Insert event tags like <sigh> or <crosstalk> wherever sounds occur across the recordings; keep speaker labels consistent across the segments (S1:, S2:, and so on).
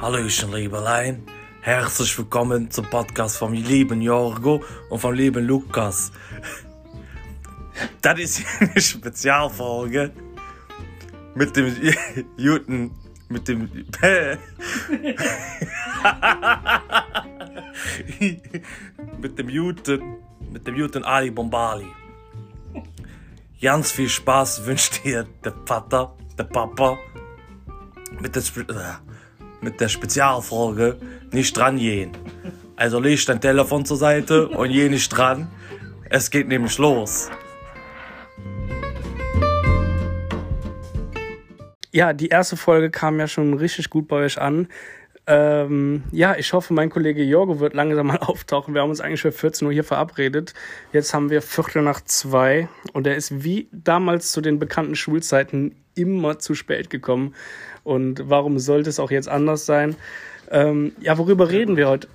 S1: Hallöchen, Liebelein. Herzlich willkommen zum Podcast vom lieben Jorgo und vom lieben Lukas. Das ist eine Spezialfolge mit dem <laughs> Juten, mit dem <laughs> mit dem Juten, mit dem Juten Ali Bombali. Ganz viel Spaß wünscht dir der Vater, der Papa mit der, Spe- äh, mit der Spezialfolge nicht dran gehen. Also leg dein Telefon zur Seite und geh nicht dran. Es geht nämlich los.
S2: Ja, die erste Folge kam ja schon richtig gut bei euch an. Ähm, ja, ich hoffe, mein Kollege Jorgo wird langsam mal <laughs> auftauchen. Wir haben uns eigentlich für 14 Uhr hier verabredet. Jetzt haben wir Viertel nach zwei und er ist wie damals zu den bekannten Schulzeiten immer zu spät gekommen. Und warum sollte es auch jetzt anders sein? Ähm, ja, worüber reden wir heute?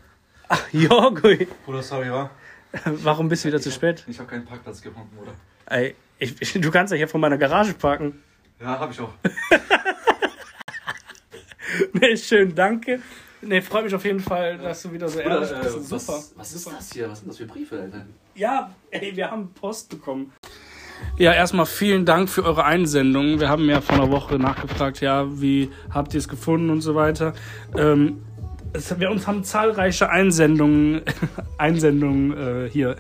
S2: Ach, Jorgo,
S3: Bruder, sorry, wa?
S2: warum bist du wieder zu spät?
S3: Ich habe keinen Parkplatz gefunden, Bruder.
S2: Ey, ich, ich, du kannst ja hier von meiner Garage parken.
S3: Ja, habe ich auch.
S2: <laughs> Nee, schön, danke. Nee, freut mich auf jeden Fall, dass du wieder so ehrlich bist. Super.
S3: äh, Was, was ist das hier? Was sind das für Briefe, Alter?
S2: Ja, ey, wir haben Post bekommen. Ja, erstmal vielen Dank für eure Einsendung. Wir haben ja vor einer Woche nachgefragt, ja, wie habt ihr es gefunden und so weiter. Ähm, es, wir uns haben zahlreiche Einsendungen, <laughs> Einsendungen äh, hier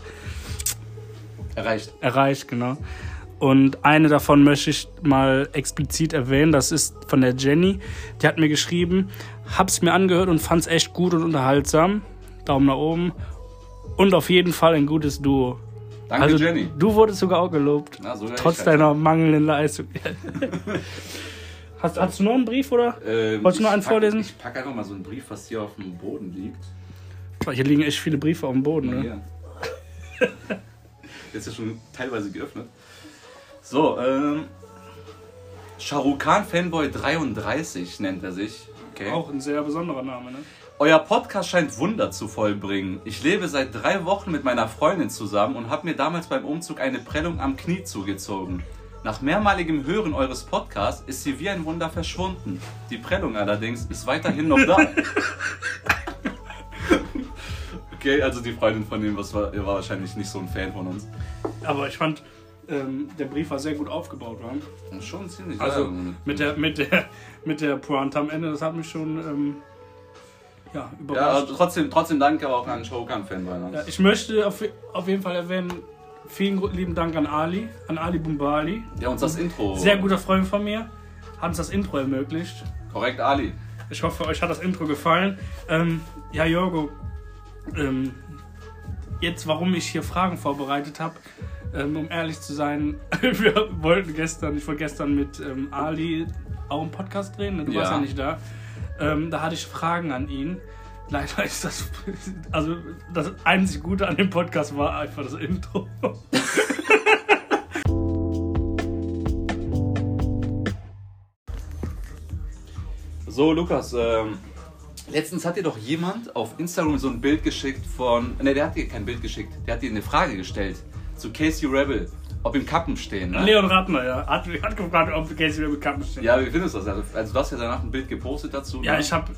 S3: Erreicht.
S2: erreicht, genau. Und eine davon möchte ich mal explizit erwähnen. Das ist von der Jenny. Die hat mir geschrieben, hab's mir angehört und fand's echt gut und unterhaltsam. Daumen nach oben. Und auf jeden Fall ein gutes Duo.
S3: Danke,
S2: also
S3: Jenny.
S2: du wurdest sogar auch gelobt.
S3: Na, halt. sogar ich,
S2: trotz
S3: Alter.
S2: deiner mangelnden
S3: <laughs>
S2: Leistung. hast, hast du noch einen Brief oder?
S3: Ähm,
S2: Wolltest du noch
S3: ich
S2: einen
S3: pack-
S2: vorlesen?
S3: Ich packe einfach mal so einen Brief, was hier auf dem Boden liegt.
S2: Hier liegen echt viele Briefe auf dem Boden. Ne?
S3: Hier. <laughs> Jetzt ist ja schon teilweise geöffnet. So, ähm. Khan Fanboy 33 nennt er sich. Okay.
S2: Auch ein sehr besonderer Name. Ne?
S3: Euer Podcast scheint Wunder zu vollbringen. Ich lebe seit drei Wochen mit meiner Freundin zusammen und habe mir damals beim Umzug eine Prellung am Knie zugezogen. Nach mehrmaligem Hören eures Podcasts ist sie wie ein Wunder verschwunden. Die Prellung allerdings ist weiterhin noch <laughs> da. okay, also die Freundin von ihm was war, war wahrscheinlich nicht so ein Fan von uns.
S2: Aber ich fand, ähm, der Brief war sehr gut aufgebaut. War?
S3: Schon ziemlich.
S2: Also
S3: ja,
S2: mit der, mit der, <laughs> mit der Pointe am Ende, das hat mich schon ähm, ja,
S3: ja,
S2: überrascht.
S3: aber trotzdem, trotzdem danke aber auch an ne? Shokan-Fan. weil
S2: Ja,
S3: sonst-
S2: ich möchte auf, auf jeden Fall erwähnen, vielen gro- lieben Dank an Ali, an Ali Bumbali.
S3: Der uns das Intro.
S2: Sehr guter Freund von mir, hat uns das Intro ermöglicht.
S3: Korrekt, Ali.
S2: Ich hoffe, euch hat das Intro gefallen. Ähm, ja, Jorgo, ähm, jetzt warum ich hier Fragen vorbereitet habe, ähm, um ehrlich zu sein, <laughs> wir wollten gestern, ich wollte gestern mit ähm, Ali auch einen Podcast drehen, ne? du warst
S3: Ja.
S2: ja nicht da. Ähm, da hatte ich Fragen an ihn. Leider ist das, <laughs> also das einzig Gute an dem Podcast war einfach das Intro. <laughs>
S3: So, Lukas, ähm, letztens hat dir doch jemand auf Instagram so ein Bild geschickt von. Ne, der hat dir kein Bild geschickt. Der hat dir eine Frage gestellt zu Casey Rebel, ob ihm Kappen stehen. Ne?
S2: Leon Radner, ja, hat, hat gefragt, ob Casey wieder bekannt ist.
S3: Ja, wie findest du das? Also, also, du hast ja danach ein Bild gepostet dazu.
S2: Ja,
S3: ne?
S2: ich habe,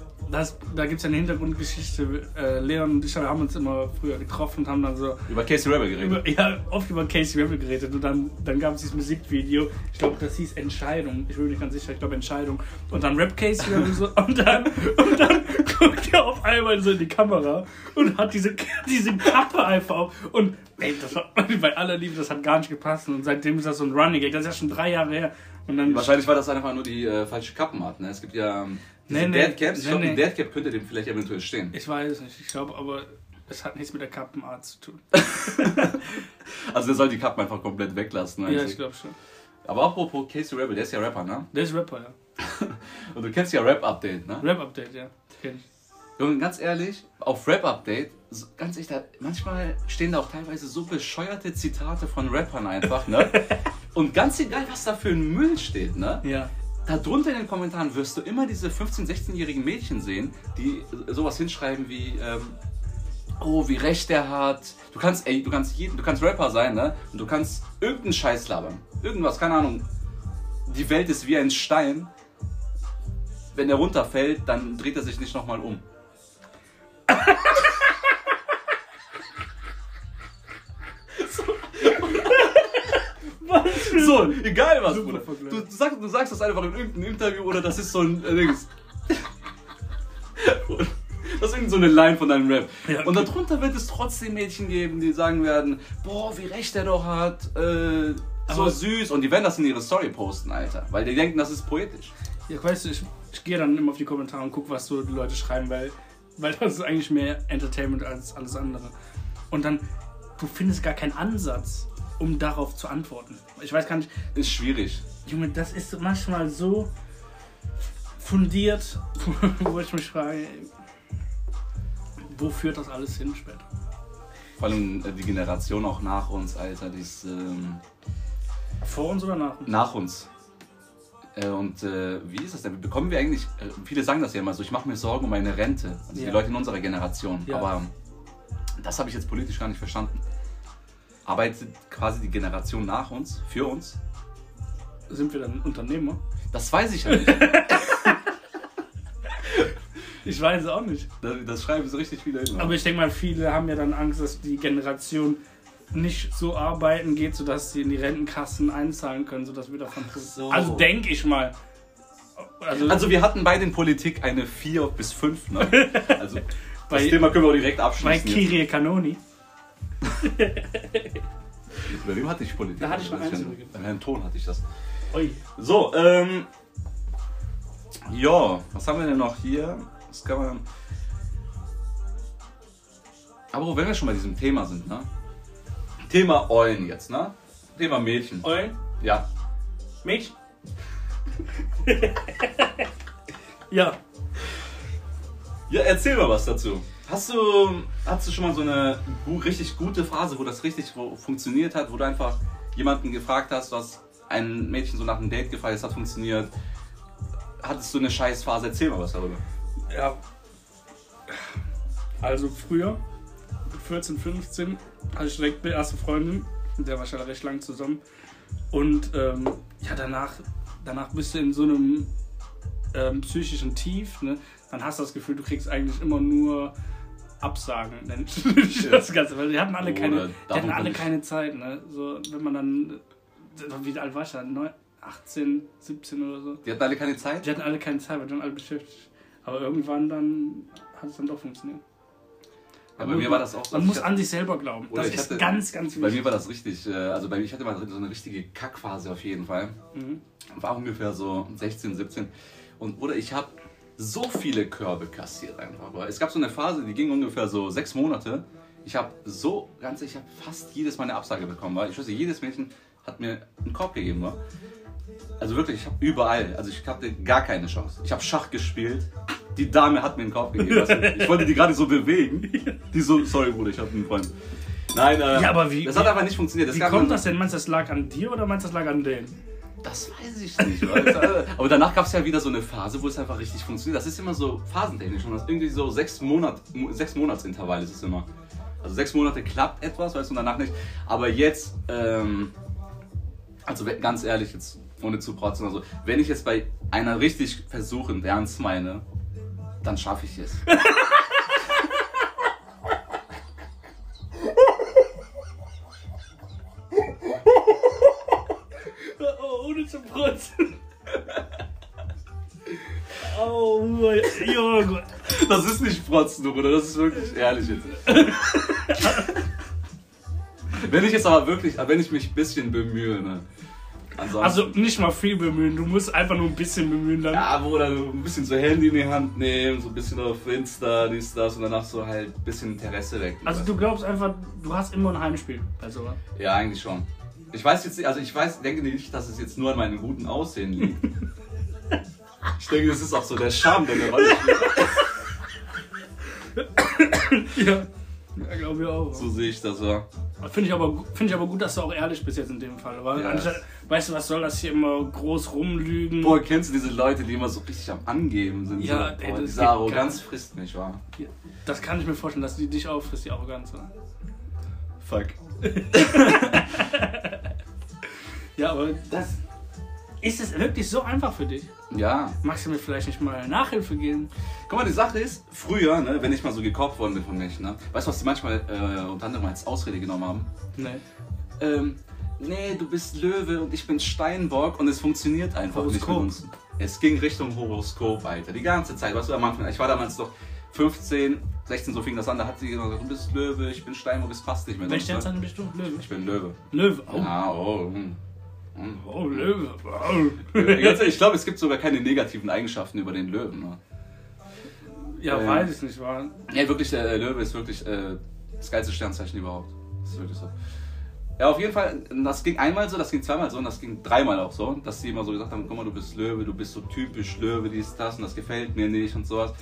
S2: da gibt's ja eine Hintergrundgeschichte. Äh, Leon und ich haben uns immer früher getroffen und haben dann so
S3: Über Casey Rebel geredet.
S2: über, <laughs> ja, oft über Casey Rebel geredet. Und dann, dann gab es dieses Musikvideo, ich glaube, das hieß Entscheidung. Ich bin mir nicht ganz sicher, ich glaube Entscheidung. Und dann rappt Casey Rebel so und dann, und dann guckt er auf einmal so in die Kamera und hat diese, <laughs> diese Kappe einfach auf. Und ey, das war, <laughs> bei aller Liebe, das hat gar nicht gepasst. Und seitdem ist das so ein Running Gag. Das ist ja schon drei Jahre her. Und dann
S3: Wahrscheinlich war das einfach nur die äh, falsche Kappenart. Ne? Es gibt ja. ähm, Diese
S2: Nee, nee,
S3: Deadcaps. Ich
S2: nee,
S3: glaube,
S2: nee.
S3: die Deadcap könnte dem vielleicht eventuell stehen.
S2: Ich weiß nicht, ich glaube aber, es hat nichts mit der Kappenart zu tun.
S3: Also, der soll die Kappen einfach komplett weglassen.
S2: Ja,
S3: eigentlich.
S2: ich glaube schon.
S3: Aber apropos Casey Rebel, der ist ja Rapper, ne?
S2: Der ist Rapper, ja.
S3: Und du kennst ja Rap-Update, ne?
S2: Rap-Update, ja. Kenn ich.
S3: Junge, ganz ehrlich, auf Rap-Update, so- ganz ehrlich, da, manchmal stehen da auch teilweise so bescheuerte Zitate von Rappern einfach, ne? Und ganz egal, was da für ein Müll steht, ne?
S2: Ja.
S3: Da drunter in den Kommentaren wirst du immer diese 15-, 16-jährigen Mädchen sehen, die sowas hinschreiben wie, ähm, oh, wie recht der hat. Du kannst, ey, du kannst jeden, du kannst Rapper sein, ne? Und du kannst irgendeinen Scheiß labern. Irgendwas, keine Ahnung. Die Welt ist wie ein Stein. wenn er runterfällt, dann dreht er sich nicht nochmal um. so, egal was, Bruder.
S2: Vergleich.
S3: Du, du, sagst, du sagst das einfach in irgendeinem Interview oder das ist so ein äh, Dings. Das ist irgend so eine Line von deinem Rap.
S1: Ja.
S3: Und darunter wird es trotzdem Mädchen geben, die sagen werden, boah, wie recht er doch hat, äh, so
S2: Aber-
S3: süß. Und die werden das in ihre Story posten, Alter. Weil die denken, das ist poetisch.
S2: Ja, weißt du, ich, ich gehe dann immer auf die Kommentare und gucke, was so die Leute schreiben, weil, weil das ist eigentlich mehr Entertainment als alles andere. Und dann, du findest gar keinen Ansatz, um darauf zu antworten. Ich weiß gar nicht,
S3: Ist schwierig.
S2: Junge, das ist manchmal so fundiert, <laughs> wo ich mich frage, ey, wo führt das alles hin später?
S3: Vor allem äh, die Generation auch nach uns, Alter, die ist ähm,
S2: Vor uns oder nach uns?
S3: nach uns. Äh, und äh, wie ist das denn? Bekommen wir eigentlich, äh, viele sagen das ja immer so, ich mache mir Sorgen um meine Rente. Also die
S2: Ja.
S3: Leute in unserer Generation.
S2: Ja.
S3: Aber ähm, das habe ich jetzt politisch gar nicht verstanden. Arbeitet quasi die Generation nach uns, für uns?
S2: Sind wir dann Unternehmer?
S3: Das weiß ich ja nicht.
S2: Ich weiß es auch nicht.
S3: <laughs> Das, das schreiben so richtig viele immer.
S2: Aber ich denke mal, viele haben ja dann Angst, dass die Generation nicht so arbeiten geht, sodass sie in die Rentenkassen einzahlen können, sodass wir davon
S3: so.
S2: Also denke ich mal. Also,
S3: also wir hatten beide in Politik eine 4 bis 5. Ne? <laughs> Also das
S2: Bei-
S3: Thema können wir auch direkt
S2: bei
S3: abschließen. jetzt.
S2: Kirie Kanoni.
S3: Bei wem hatte ich Politik?
S2: Da hatte ich schon eins übrigens.
S3: Bei Herrn Ton hatte ich das.
S2: Ui.
S3: So, ähm. Ja, was haben wir denn noch hier? Was kann man. Aber wenn wir schon bei diesem Thema sind, ne? Thema Eulen jetzt, ne? Thema Mädchen.
S2: Eulen?
S3: Ja.
S2: Mich? <laughs> ja.
S3: Ja, erzähl mal was dazu. Hast du, hast du schon mal so eine gu- richtig gute Phase, wo das richtig wo funktioniert hat, wo du einfach jemanden gefragt hast, was ein Mädchen so nach einem Date gefragt, es hat funktioniert. Hattest du eine Scheißphase? Erzähl mal was darüber.
S2: Ja. Also früher, mit 14, 15, hatte ich direkt meine erste Freundin, mit der war ich halt recht lang zusammen. Und ähm, ja, danach, danach bist du in so einem ähm, psychischen Tief, ne? Dann hast du das Gefühl, du kriegst eigentlich immer nur Absagen, <laughs> nenne ich das Ganze. Weil die hatten alle
S3: Oder
S2: keine, die
S3: darum
S2: hatten alle
S3: bin ich-
S2: keine Zeit, ne? So, wenn man dann, wie alt war ich da? Neun- 18, 17 oder so.
S3: Die hatten alle keine Zeit?
S2: Die hatten alle keine Zeit, weil die waren alle beschäftigt. Aber irgendwann dann hat es dann doch funktioniert.
S3: Ja, bei mir war das auch so.
S2: Man
S3: Ich
S2: muss
S3: hab-
S2: an sich selber glauben.
S3: Oder
S2: Das
S3: ich
S2: ist
S3: hatte-
S2: ganz, ganz
S3: Bei
S2: wichtig.
S3: mir war das richtig, äh, also bei mir, ich hatte mal so eine richtige Kackphase auf jeden Fall.
S2: Mhm.
S3: War ungefähr so 16, 17. Und oder ich habe so viele Körbe kassiert einfach. Aber es gab so eine Phase, die ging ungefähr so sechs Monate. Ich habe so ganz, ich habe fast jedes Mal eine Absage bekommen, weil ich wusste, jedes Mädchen hat mir einen Korb gegeben. War. Also wirklich, ich habe überall, also ich hatte gar keine Chance. Ich habe Schach gespielt. Die Dame hat mir einen Korb gegeben.
S2: <laughs>
S3: weißt du. Ich wollte die gerade so bewegen. Die so, sorry Bruder, ich habe einen Freund. Nein, äh,
S2: Ja, aber wie-
S3: das hat einfach nicht funktioniert. Das
S2: Wie
S3: gab
S2: kommt
S3: nur-
S2: das denn? Meinst du, das lag an dir oder meinst du, das lag an denen?
S3: das weiß ich nicht. Alter. <laughs> Aber danach gab es ja wieder so eine Phase, wo es einfach richtig funktioniert. Das ist immer so phasentechnisch und das ist irgendwie so sechs, Monat, sechs Monatsintervall ist es immer. Also sechs Monate klappt etwas, weißt du, und danach nicht. Aber jetzt, ähm, also we- ganz ehrlich, jetzt ohne zu protzen, also wenn ich jetzt bei einer richtig versuche und ernst meine, dann schaffe ich es.
S2: ohne zu protzen. oh, Junge.
S3: Das ist nicht protzen, oder? Das ist wirklich ehrlich jetzt. wenn ich jetzt aber wirklich, wenn ich mich ein bisschen bemühe, ne? Ansonsten,
S2: Also nicht mal viel bemühen, du musst einfach nur ein bisschen bemühen dann.
S3: ja, Bruder, so ein bisschen so Handy in die Hand nehmen, so ein bisschen auf Insta, dies, das und danach so halt ein bisschen Interesse wecken.
S2: Also du glaubst einfach, du hast immer ein Heimspiel bei sowas.
S3: ja, eigentlich schon. Ich weiß jetzt nicht, also ich weiß, denke nicht, dass es jetzt nur an meinem guten
S2: <laughs>
S3: Aussehen liegt. ich denke, das ist auch so der Charme der eine Rolle spielt.
S2: Ja. Ja, glaube ich auch.
S3: So sehe ich das, ja.
S2: Finde ich, aber, gu- finde ich aber gut, dass du auch ehrlich bist jetzt in dem Fall. Weil
S3: Ja.
S2: anstatt, weißt du, was soll das hier immer groß rumlügen?
S3: Boah, kennst du diese Leute, die immer so richtig am Angeben sind?
S2: Hm. Ja,
S3: so,
S2: ey,
S3: boah,
S2: das
S3: diese
S2: geht
S3: Arroganz
S2: gar-
S3: frisst mich, wa?
S2: Das kann ich mir vorstellen, dass die dich auffrisst, die Arroganz. Oder?
S3: Fuck.
S2: Ja, aber
S3: Das,
S2: Ist es wirklich so einfach für dich?
S3: Ja.
S2: Magst du mir vielleicht nicht mal Nachhilfe geben?
S3: Guck mal, die Sache ist, früher, ne, wenn ich mal so gekauft worden bin von Menschen, ne, weißt du, was die manchmal äh, unter anderem als Ausrede genommen haben?
S2: Nee.
S3: Ähm, nee, du bist Löwe und ich bin Steinbock und es funktioniert einfach
S2: Horoskop.
S3: nicht mit uns. Es ging Richtung Horoskop weiter, die ganze Zeit. Weißt du, am Anfang, ich war damals noch 15, 16, so fing das an, da hat sie gesagt, du bist Löwe, ich bin Steinbock, es passt nicht mehr. ne?
S2: Welche Sternzeichen bist du? Löwe.
S3: Ich bin Löwe.
S2: Löwe. Oh,
S3: Ah, oh. hm. Hm.
S2: oh Löwe. Oh.
S3: Äh,
S2: <laughs>
S3: Ganz ehrlich, ich glaube, es gibt sogar keine negativen Eigenschaften über den Löwen. Ne?
S2: Ja,
S3: Ja.
S2: weiß ich nicht, war.
S3: Ja, wirklich, der äh, Löwe ist wirklich äh, das geilste Sternzeichen überhaupt. Das ist wirklich so. Ja, auf jeden Fall, das ging einmal so, das ging zweimal so und das ging dreimal auch so, dass sie immer so gesagt haben, guck mal, du bist Löwe, du bist so typisch Löwe, dies, das und das gefällt mir nicht und sowas.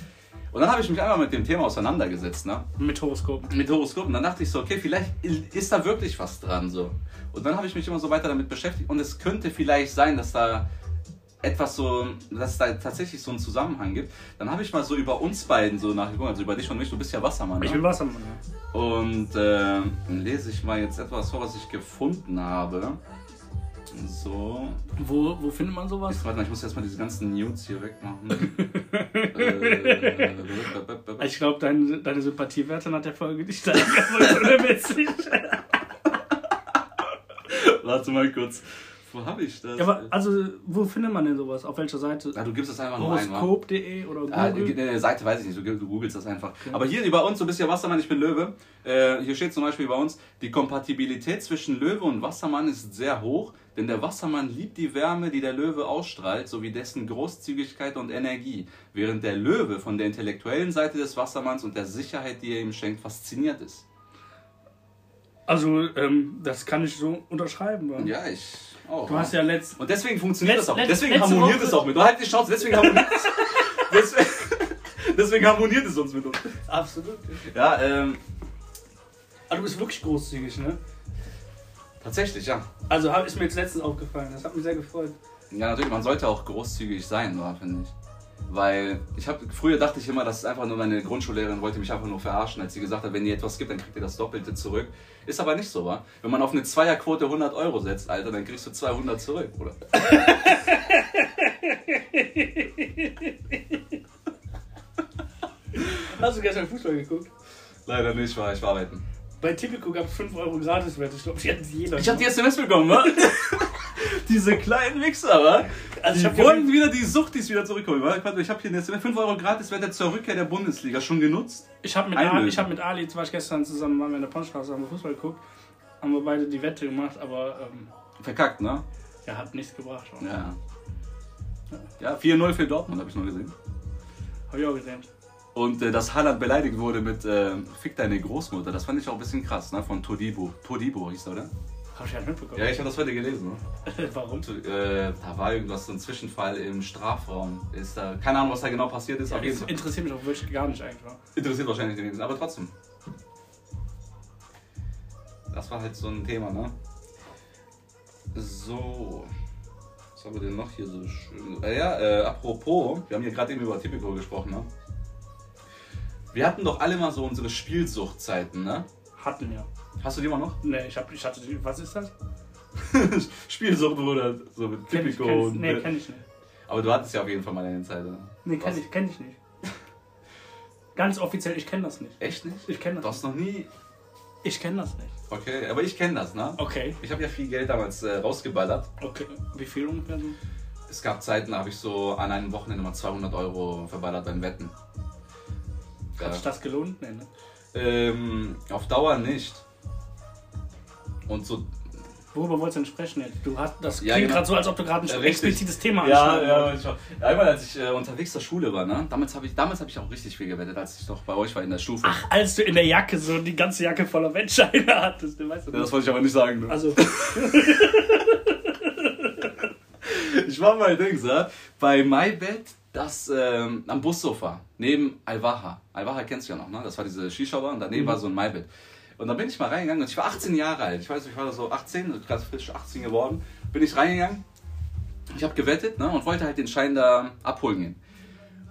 S3: Und dann habe ich mich einmal mit dem Thema auseinandergesetzt, ne?
S2: Mit Horoskopen.
S3: mit Horoskopen. Dann dachte ich so, okay, vielleicht ist da wirklich was dran so. Und dann habe ich mich immer so weiter damit beschäftigt und es könnte vielleicht sein, dass da etwas so, dass es da tatsächlich so einen Zusammenhang gibt. Dann habe ich mal so über uns beiden so nachgeguckt, also über dich und mich. Du bist ja Wassermann.
S2: Ich
S3: Ne?
S2: bin Wassermann. ja.
S3: Und äh, lese ich mal jetzt etwas vor, was ich gefunden habe. So.
S2: Wo, wo findet man sowas?
S3: Jetzt, warte mal, ich muss erstmal diese ganzen Nudes hier wegmachen.
S2: <laughs>
S3: äh, <laughs>
S2: Also Ich glaube, dein, deine Sympathiewerte nach der Folge nicht <laughs> steigen. aber so eine witzig.
S3: <laughs> warte mal kurz. Wo habe ich das?
S2: Ja, aber also, wo findet man denn sowas? Auf welcher Seite?
S3: Na, du gibst das einfach nur ein. wa?
S2: Horoskop.de oder Google? Genau.
S3: Ah, die- die Seite weiß ich nicht, du, du googelst das einfach. Aber hier über uns, du bist ja Wassermann, ich bin Löwe. Äh, hier steht zum Beispiel bei uns, die Kompatibilität zwischen Löwe und Wassermann ist sehr hoch, denn der Wassermann liebt die Wärme, die der Löwe ausstrahlt, sowie dessen Großzügigkeit und Energie, während der Löwe von der intellektuellen Seite des Wassermanns und der Sicherheit, die er ihm schenkt, fasziniert ist.
S2: Also, ähm, das kann ich so unterschreiben. wa?
S3: Ja, ich auch.
S2: Du hast ja letzt.
S3: Und deswegen funktioniert
S2: Letz-
S3: das auch.
S2: letz-
S3: Deswegen
S2: letzte
S3: harmoniert
S2: Woche-
S3: es auch mit. Du halt die Schnauze, deswegen harmoniert es. <laughs> deswegen, <laughs> deswegen harmoniert es uns mit uns.
S2: Absolut.
S3: Ja, ähm,
S2: Aber du bist wirklich großzügig, ne?
S3: tatsächlich, ja.
S2: Also, hab- ist mir jetzt letztens aufgefallen. Das hat mich sehr gefreut.
S3: Ja, natürlich, man sollte auch großzügig sein, war, finde ich. Weil ich habe früher dachte ich immer, das ist einfach nur meine Grundschullehrerin wollte mich einfach nur verarschen, als sie gesagt hat, wenn ihr etwas gibt, dann kriegt ihr das Doppelte zurück. Ist aber nicht so, wa? Wenn man auf eine Zweierquote 100 Euro setzt, Alter, dann kriegst du 200 zurück, oder?
S2: Hast du gestern Fußball geguckt?
S3: Leider nicht, war ich war arbeiten.
S2: Bei Tipico gab es 5 Euro Gratiswerte. Ich glaube, die hat jeder.
S3: Ich habe die SMS bekommen, wa? <laughs> Diese kleinen Wichser, wa?
S2: Also ich
S3: die
S2: hab
S3: wollen wieder die Sucht, die ist wieder zurückkommen. wa? Warte, Ich habe hier eine SMS, 5 Euro gratis, während der zur Rückkehr der Bundesliga schon genutzt.
S2: Ich habe mit,
S3: Einlösen.
S2: Ali- ich hab mit Ali, zum Beispiel gestern zusammen, waren wir in der Pornstraße, haben wir Fußball geguckt, haben wir beide die Wette gemacht, aber ähm,
S3: Verkackt, ne?
S2: er hat nichts gebracht. Ja.
S3: Ja. Ja, 4-0 für Dortmund, habe ich nur gesehen.
S2: Habe ich auch gesehen.
S3: Und äh, dass Haaland beleidigt wurde mit äh, Fick deine Großmutter, das fand ich auch ein bisschen krass, ne? Von Todibo. Todibo hieß er, oder?
S2: Habe ich ja nicht mitbekommen.
S3: Ja, ich habe das heute gelesen, ne?
S2: <laughs> Warum?
S3: Und, äh, da war irgendwas, so ein Zwischenfall im Strafraum. Ist da, keine Ahnung, was da genau passiert ist, auf jeden
S2: Das
S3: Fall.
S2: interessiert mich auch wirklich gar nicht eigentlich. wa?
S3: Interessiert wahrscheinlich den wenigsten, aber trotzdem. Das war halt so ein Thema, ne? So. Was haben wir denn noch hier so schön? Äh, ja, äh, apropos, wir haben hier gerade eben über Tipico gesprochen, ne? Wir hatten doch alle mal so unsere Spielsuchtzeiten, ne?
S2: Hatten ja.
S3: Hast du die immer noch? <laughs>
S2: Nee, ich, hab, ich hatte die, was ist das?
S3: Spielsucht, Bruder, so mit
S2: Kenn ich,
S3: Tipico
S2: kenn ich,
S3: und.
S2: nee, kenn ich nicht.
S3: aber du hattest ja auf jeden Fall mal deine Zeit, ne?
S2: Nee, kenn
S3: Was?
S2: ich, kenn ich
S3: <laughs>
S2: nicht. Ganz offiziell, ich kenne das nicht.
S3: Echt nicht?
S2: Ich kenne
S3: Du
S2: das
S3: hast noch nie.
S2: nicht. Ich kenne das nicht.
S3: Okay, aber ich kenne das, ne?
S2: Okay,
S3: Ich habe ja viel Geld damals äh, rausgeballert.
S2: okay. Wie viel ungefähr so?
S3: Es gab Zeiten, da habe ich so an einem Wochenende mal 200 Euro verballert beim Wetten. Ja.
S2: Hat sich das gelohnt? Nee, ne?
S3: Ähm, auf Dauer nicht. Und so.
S2: Worüber wolltest du denn sprechen jetzt? Du hast, das
S3: Ja,
S2: klingt
S3: genau.
S2: gerade so, als ob du gerade ein
S3: Richtig.
S2: explizites Thema anschneiden wolltest.
S3: Einmal, als ich äh, unterwegs zur Schule war, ne? damals habe ich, damals hab ich auch richtig viel gewettet, als ich noch bei euch war in der Stufe. Ach,
S2: Als du in der Jacke so die ganze Jacke voller Wettscheine hattest, ne, weißt du
S3: das wollte ich aber nicht sagen. Ne?
S2: Also,
S3: <laughs> Ich war bei Dings, ja? bei MyBet, das ähm, am Bussofa, neben Alvaha. Alvaha kennst du ja noch, ne? Das war diese Shisha-Bar und daneben war so ein MyBet. Und da bin ich mal reingegangen und ich war 18 Jahre alt. Ich weiß nicht, ich war da so 18, so ganz frisch 18 geworden. Bin ich reingegangen, ich habe gewettet ne? und wollte halt den Schein da abholen gehen.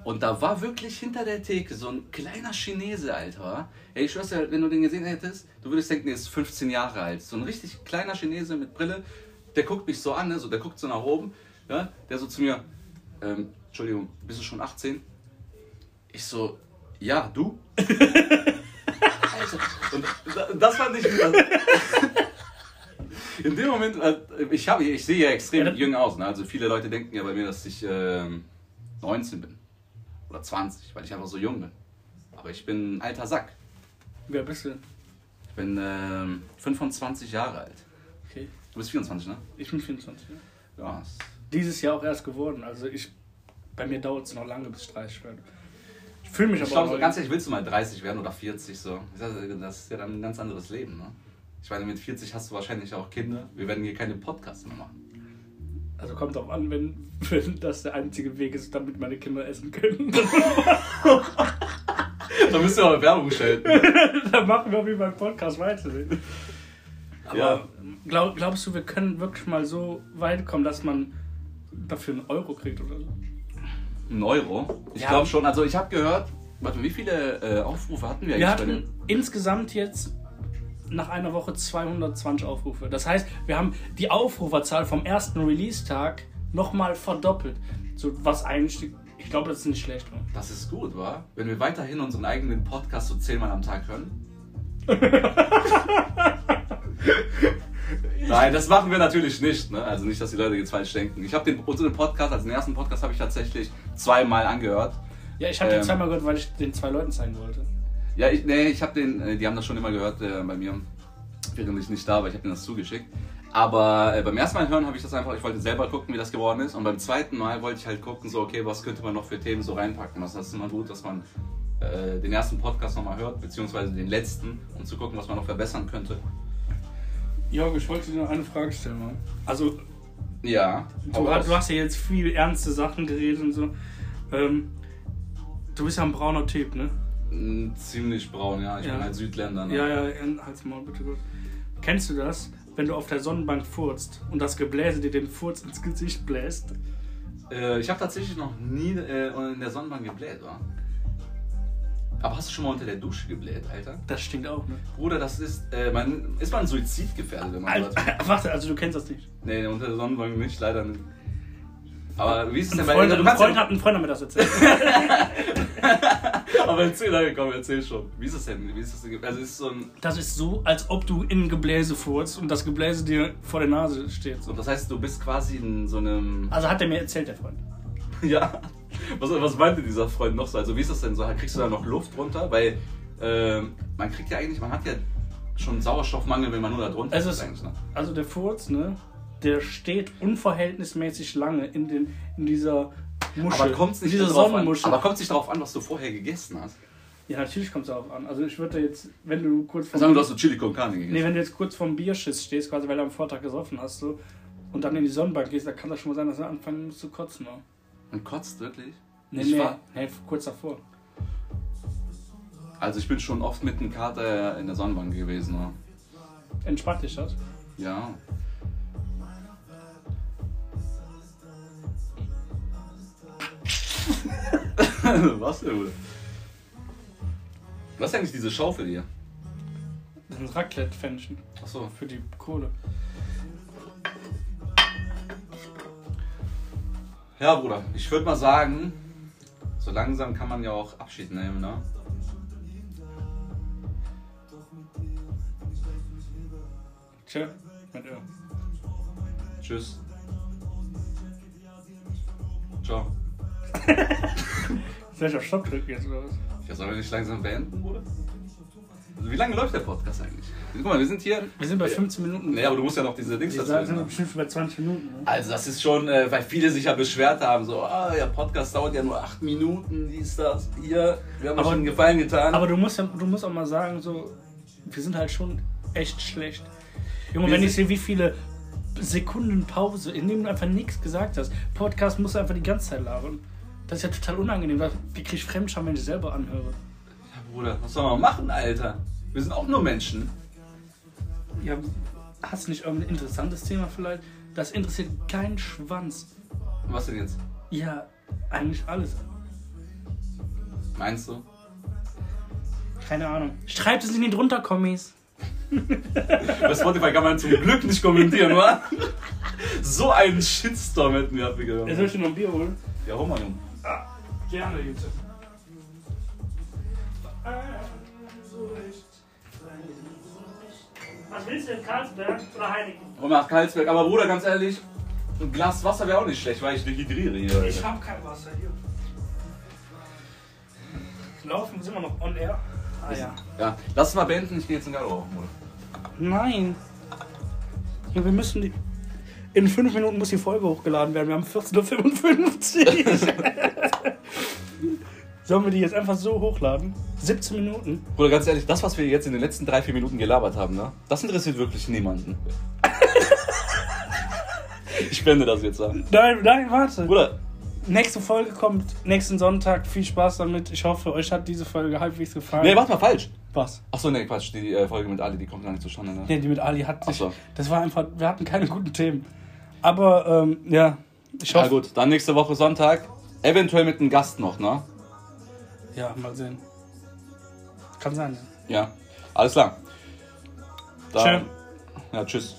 S3: Und da war wirklich hinter der Theke so ein kleiner Chinese, Alter. Ey, ich schwör's dir, wenn du den gesehen hättest, du würdest denken, er ist 15 Jahre alt. So ein richtig kleiner Chinese mit Brille, der guckt mich so an, ne? so, der guckt so nach oben. ja, der so zu mir, ähm, Entschuldigung, bist du schon 18? Ich so, ja, du? Alter. Und da- das fand ich. In dem Moment, äh, ich, hab, ich sehe ja extrem
S1: Ja, das-
S3: jung aus. Ne? Also viele Leute denken ja bei mir, dass ich ähm, 19 bin. Oder 20, weil ich einfach so jung bin. Aber ich bin ein alter Sack.
S2: Wer bist du?
S3: Ich bin ähm, 25 Jahre alt.
S2: Okay.
S3: Du bist 24, ne?
S2: Ich bin 24. ja.
S3: Ja. ist-
S2: Dieses Jahr auch erst geworden. Also ich. Bei mir dauert es noch lange, bis ich 30 werde. Ich fühle mich
S3: Ich
S2: aber
S3: glaube, so
S2: auch-
S3: ganz ehrlich, willst du mal 30 werden oder 40 so? Ich sag, Das ist ja dann ein ganz anderes Leben, ne? Ich meine, mit 40 hast du wahrscheinlich auch Kinder. Wir werden hier keine Podcasts mehr machen.
S2: Also kommt drauf an, wenn, wenn das der einzige Weg ist, damit meine Kinder essen können.
S3: <laughs>
S2: <laughs>
S3: Da müssen wir aber Werbung schalten.
S2: Dann machen wir auf jeden Fall einen Podcast weiter. Aber
S3: <laughs> Ja.
S2: glaub, glaubst du, wir können wirklich mal so weit kommen, dass man dafür einen Euro kriegt oder so?
S3: Ein Euro? Ich
S2: Ja.
S3: glaube schon. Also ich habe gehört, warte, wie viele äh, Aufrufe hatten wir
S2: Wir
S3: eigentlich bei
S2: hatten
S3: dem?
S2: insgesamt jetzt nach einer Woche 220 Aufrufe. Das heißt, wir haben die Aufruferzahl vom ersten Release-Tag nochmal verdoppelt. So was eigentlich, ich glaube, das ist nicht schlecht. oder?
S3: Das ist gut, wa? Wenn wir weiterhin unseren eigenen Podcast so zehnmal am Tag hören. Nein, das machen wir natürlich nicht. Ne? Also nicht, dass die Leute jetzt falsch denken. Ich habe den unseren Podcast, also den ersten Podcast habe ich tatsächlich zweimal angehört.
S2: Ja, ich habe
S3: Ähm.
S2: den zweimal gehört, weil ich den zwei Leuten zeigen wollte.
S3: Ja, ich, nee, ich habe den, äh, die haben das schon immer gehört äh, bei mir, während ich nicht da war. Ich habe denen das zugeschickt. Aber äh, beim ersten Mal hören habe ich das einfach, ich wollte selber gucken, wie das geworden ist. Und beim zweiten Mal wollte ich halt gucken, so, okay, was könnte man noch für Themen so reinpacken. Das ist immer gut, dass man äh, den ersten Podcast nochmal hört, beziehungsweise den letzten, um zu gucken, was man noch verbessern könnte.
S2: Jörg, ich wollte dir noch eine Frage stellen. Mann. Also,
S3: Ja. hau
S2: du, hast-
S3: raus.
S2: du hast ja jetzt viel ernste Sachen geredet und so. Ähm, du bist ja ein brauner Typ, ne?
S3: Mm, Ziemlich braun, ja. Ich
S2: Ja.
S3: bin halt Südländer. Ne?
S2: Ja, ja, in- halt's mal bitte gut. Kennst du das, wenn du auf der Sonnenbank furzt und das Gebläse dir den Furz ins Gesicht bläst?
S3: Äh, ich habe tatsächlich noch nie äh, in der Sonnenbank gebläht, wa? Aber hast du schon mal unter der Dusche gebläht, Alter?
S2: Das stinkt auch, ne?
S3: Bruder, das ist. Äh, man, ist man suizidgefährdet, wenn man sowas macht?
S2: Alter, <laughs> warte, also du kennst das nicht.
S3: Nee, nee, unter der Sonnenbank nicht, leider nicht. Aber wie ist es
S2: Ein
S3: denn
S2: Freund,
S3: bei
S2: ein
S3: kannst
S2: Freund
S3: ja-
S2: hat ein Freund hat mir das erzählt.
S3: Aber erzähl, nein, komm, erzähl schon. Wie ist es denn? Wie ist das denn? Also, ist so ein.
S2: Das ist so, als ob du in ein Gebläse furzt und das Gebläse dir vor der Nase steht.
S3: So,
S2: So.
S3: das heißt, du bist quasi in so einem. <laughs>
S2: Also hat er mir erzählt, der Freund.
S3: Ja. Was, was meinte dieser Freund noch so? Also, wie ist das denn so? Kriegst du da noch Luft runter? Weil ähm, man kriegt ja eigentlich, man hat ja schon Sauerstoffmangel, wenn man nur da drunter
S2: Es
S3: ist.
S2: ist-
S3: eigentlich, ne?
S2: Also der Furz, ne? Der steht unverhältnismäßig lange in, den, in dieser Muschel.
S3: Aber kommt es
S2: in
S3: nicht,
S2: dieser
S3: drauf an-
S2: Sonnenmuschel.
S3: aber kommt's nicht darauf an, was du vorher gegessen hast?
S2: ja, natürlich kommt es darauf an. Also ich würde jetzt, wenn du kurz
S3: Sagen wir,
S2: vom,
S3: du hast so Chili con Carne gegessen.
S2: nee, wenn du jetzt kurz vom Bierschiss stehst, quasi weil du am Vortag gesoffen hast, so, und dann in die Sonnenbank gehst, da kann das schon mal sein, dass du anfangen musst zu kotzen. Ne?
S3: Und kotzt wirklich?
S2: Nee,
S3: ich
S2: nee,
S3: war,
S2: nee, kurz davor.
S3: also ich bin schon oft mit einem Kater in der Sonnenbank gewesen. Ne?
S2: Entspannt dich das?
S3: Ja. <laughs> Was denn, Bruder? Was ist eigentlich diese Schaufel hier?
S2: Das sind Raclette-Pfännchen
S3: Achso.
S2: für die Kohle.
S3: Ja, Bruder, ich würde mal sagen, so langsam kann man ja auch Abschied nehmen, ne?
S2: Tja, mit Ö.
S3: Tschüss. Ciao.
S2: Soll ich auf Stopp drücken jetzt oder was?
S3: Ja, sollen wir nicht langsam beenden, Bruder? Also, wie lange läuft der Podcast eigentlich? Guck mal, wir sind hier.
S2: Wir sind bei 15 Minuten.
S3: Nee, aber du musst ja noch diese Dings
S2: Die
S3: dazu.
S2: Seiten sind
S3: ne?
S2: bestimmt schon bei 20 Minuten. Ne?
S3: Also das ist schon, äh, weil viele sich ja beschwert haben, so, ah, ja, Podcast dauert ja nur acht Minuten, dies, das, hier, wir haben
S2: Aber-
S3: euch einen Gefallen getan.
S2: Aber du musst, ja- du musst auch mal sagen, so, wir sind halt schon echt schlecht. Junge,
S3: Wir
S2: wenn ich
S3: sind-
S2: sehe, wie viele Sekunden Pause, in denen du einfach nichts gesagt hast. Podcast musst du einfach die ganze Zeit labern. Das ist ja total unangenehm. weil Wie krieg ich Fremdscham, wenn ich selber anhöre?
S3: ja, Bruder, was soll man machen, Alter? Wir sind auch nur Menschen.
S2: Ja, hast du nicht irgendein interessantes Thema vielleicht? Das interessiert keinen Schwanz.
S3: Was denn jetzt?
S2: Ja, eigentlich alles.
S3: Meinst du?
S2: Keine Ahnung. Schreibt es in die drunter Kommis.
S3: Bei Spotify kann man zum Glück nicht kommentieren, wa? <laughs> So einen Shitstorm hätten wir
S4: Jetzt
S3: abgegangen.
S4: soll ich dir noch ein Bier holen?
S3: Ja, hol mal, Junge.
S2: Ah,
S4: Gerne, Jutta.
S2: Was willst du denn, Karlsberg oder Heineken?
S3: Und nach Karlsberg. Aber Bruder, ganz ehrlich, ein Glas Wasser wäre auch nicht schlecht, weil ich dehydriere hier.
S2: Ich
S3: Alter.
S2: hab kein Wasser hier. Laufen sind wir noch on air? Ah ja.
S3: Ja, lass mal beenden, ich gehe jetzt in den Garo rauchen, Bruder.
S2: Nein. Ja, wir müssen die. In fünf Minuten muss die Folge hochgeladen werden. Wir haben
S3: <laughs>
S2: 14.55 Uhr. Sollen wir die jetzt einfach so hochladen? 17 Minuten.
S3: Bruder, ganz ehrlich, das, was wir jetzt in den letzten drei, vier Minuten gelabert haben, ne? Das interessiert wirklich niemanden. <laughs> ich blende das jetzt an.
S2: Nein, nein, warte.
S3: Bruder,
S2: Nächste Folge kommt nächsten Sonntag. Viel Spaß damit. Ich hoffe, euch hat diese Folge halbwegs gefallen.
S3: nee, warte mal, falsch.
S2: Was?
S3: Achso, nee, Quatsch, die äh, Folge mit Ali, die kommt gar nicht zustande, ne?
S2: Nee, die mit Ali hat sich.
S3: so.
S2: Das war einfach. Wir hatten keine guten Themen. Aber, ähm, ja. Ich
S3: Na
S2: hoffe.
S3: gut, dann nächste Woche Sonntag. Eventuell mit einem Gast noch, ne?
S2: Ja, mal sehen. Kann sein.
S3: Ja. Alles klar.
S2: Tschö.
S3: Ja, tschüss.